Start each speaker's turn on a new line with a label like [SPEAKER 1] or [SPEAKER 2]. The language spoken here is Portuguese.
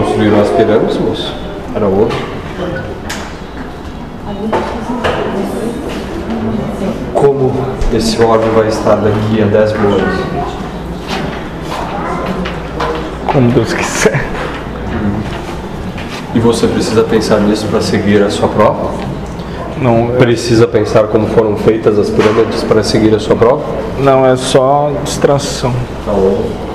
[SPEAKER 1] construíram as pirâmides, moço? Era outro. Como esse óleo vai estar daqui a 10 mil anos?
[SPEAKER 2] Como Deus quiser.
[SPEAKER 1] E você precisa pensar nisso para seguir a sua prova?
[SPEAKER 2] Não, eu-
[SPEAKER 1] Precisa pensar como foram feitas as pirâmides para seguir a sua prova?
[SPEAKER 2] não é só distração.
[SPEAKER 1] Então,